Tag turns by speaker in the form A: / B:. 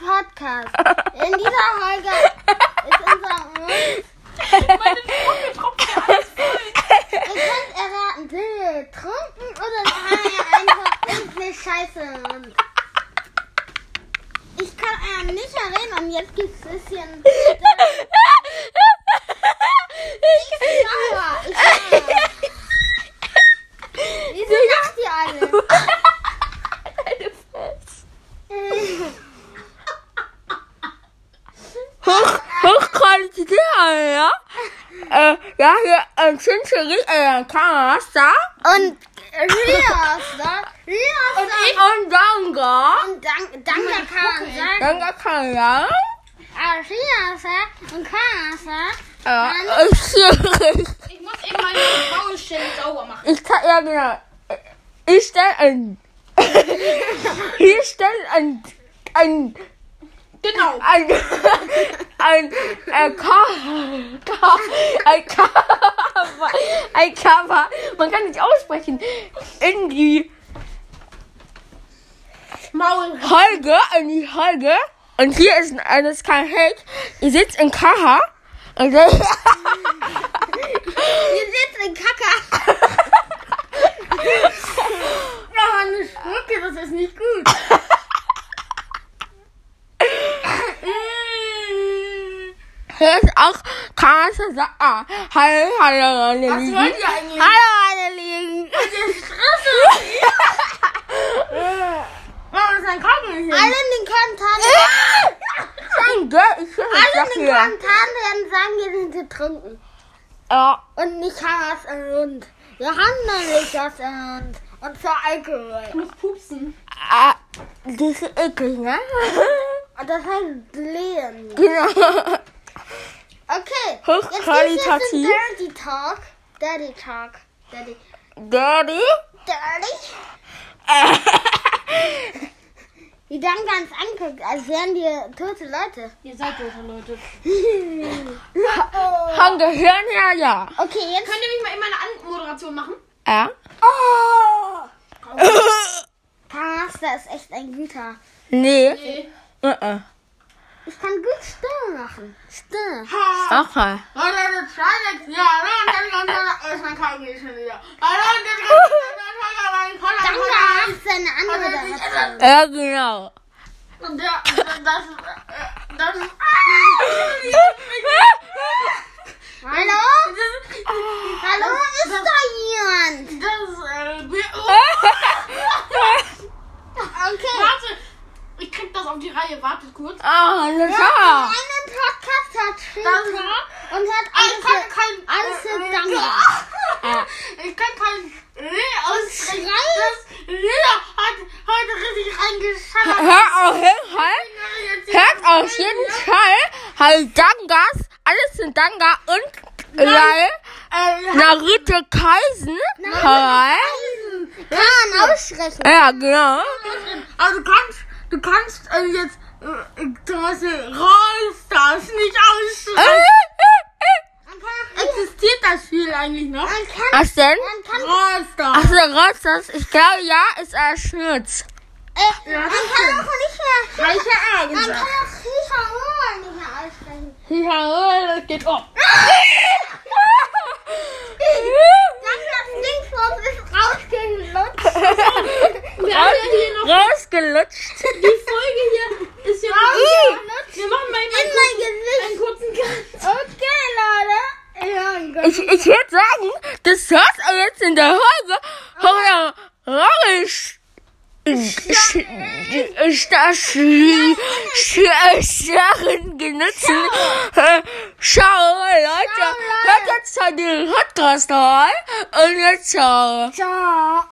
A: Podcast. In dieser Folge ist unser Mund. Ihr könnt erraten, sind wir getrunken oder haben wir einfach irgendeine Scheiße im Mund? Ich kann einem nicht mehr reden und jetzt gibt's ein bisschen. Ich sauer. Ich sauer. Wieso lacht ihr alle?
B: Hoch, hochqualitativ, ja? Äh, ja, hier, ein Chincherie, äh, Kanasta
A: Und Rias, ne? Rias und
B: und Ganga.
A: Und Dank, Danke kann man sagen.
B: Ganga kann ja.
A: Ah, Rias, ne? und Kanas, ne?
B: Ja, ist schwierig.
C: Ich muss eben meine Baustelle sauber machen.
B: Ich kann, ja, genau. Ich stell ein, hier stell ein, ein,
C: Genau.
B: ein, ein, ein Cover, ein Cover, ein Cover, man kann nicht aussprechen, in die
C: Maul.
B: Holge, in die Holge, und hier ist ein, das ist kein Hate, ihr sitzt in Kaha, und dann,
A: Ihr sitzt in Kacke.
C: Da eine Spucke, halt das ist nicht gut.
B: hier ist auch Kasa, Sa- ah, hallo, hallo, hallo,
C: Was wollt ihr eigentlich?
B: hallo, Lieben.
C: Warum ist ein Kabel hier?
A: Alle in den Kommentaren,
B: Mein Gott, Äh? ich höre
A: alle
B: das
A: in den
B: hier.
A: Kommentaren werden sagen, wir sind getrunken.
B: Ja,
A: Und nicht Kanas im Mund. Wir haben nämlich das im Mund. Und zwar Alkohol.
C: Ich muss pupsen.
B: ah, das ist eklig, ne?
A: Und das heißt Lehen.
B: genau.
A: Okay. Jetzt
B: Hochqualitativ.
A: geht's jetzt in Dirty Talk. Dirty Talk. Dirty.
B: Daddy?
A: Dirty. Die dann ganz anguckt, als wären die tote Leute.
C: Ihr seid böse Leute.
B: Haben Gehirn her, ja.
A: Oh. Okay, jetzt.
C: Könnt ihr mich mal eben meine Anmoderation machen?
B: Ja?
A: Oh! Pasta ist echt ein Güter.
B: nee.
C: Nee.
B: Uh -uh.
A: Ich kann gut still machen. Still.
C: Ha.
B: Okay.
C: Hallo, das ist Ja, hallo, und dann, und dann, ist mein Kabel schon wieder. Hallo, und dann, oh, und dann, und dann,
A: Danke,
C: und
A: hast du eine andere Moderation.
B: Ja, genau.
C: dann, und dann, und dann, das ist, äh, das ist,
A: Hallo? Hallo, ist da jemand?
C: das ist, äh, wir- oh,
A: Okay.
C: warte, ich krieg das auf die Reihe, wartet kurz.
B: Ah,
A: Wir
B: Natascha.
A: haben einen Podcast hat
C: Das
A: Frieden
C: ist, äh,
A: und hat
C: ich kann
A: alles
C: kein,
A: alles
C: äh, äh,
A: danke.
B: Ah.
C: Ich kann kein Reh aussprechen.
A: Schreien?
C: Das Leder hat heute richtig reingeschallert.
B: Hör auf jeden Fall. Hört auf jeden Fall. Halt Dangas. Alles sind Danga und Lal.
C: Äh,
B: Narite Kaisen. Hi.
A: Kann aussprechen.
B: Ja, genau.
C: Also du kannst, du kannst äh, jetzt äh, das Rolls das nicht
B: Äh,
C: aussprechen.
A: Man
C: Äh?
A: kann,
C: Existiert das Spiel eigentlich noch?
A: man kann,
B: Was denn?
A: man kann,
C: Rollstars.
B: Achso, Rostas. Ich glaube, ja, ist ein Schnitz.
A: äh,
C: Ja,
A: man
C: das
A: kann auch nicht mehr,
C: Reiche
A: man kann
C: Ärger.
A: auch Hücher nicht mehr aussprechen.
C: Ja, das geht um.
A: Dann das Linkswurf ist rausgelutscht.
C: Wir haben ja hier noch
B: Rausgelutscht.
C: die Folge hier. Ist ja
A: Rausgelutscht.
C: Wir machen mal eben
A: In mein Gesicht.
C: einen kurzen Cut.
A: Okay, Leute. Ja, gut.
B: Ich, ich würde sagen, das war's auch jetzt in der Folge. Horror, Horror, Sch- Sch- Sch- Sch- Sch- Sch- Scheren genutzen. Äh, Ciao, Leute.
A: Leute.
B: Hört jetzt an den Podcast rein. Und jetzt ciao.
A: Ciao.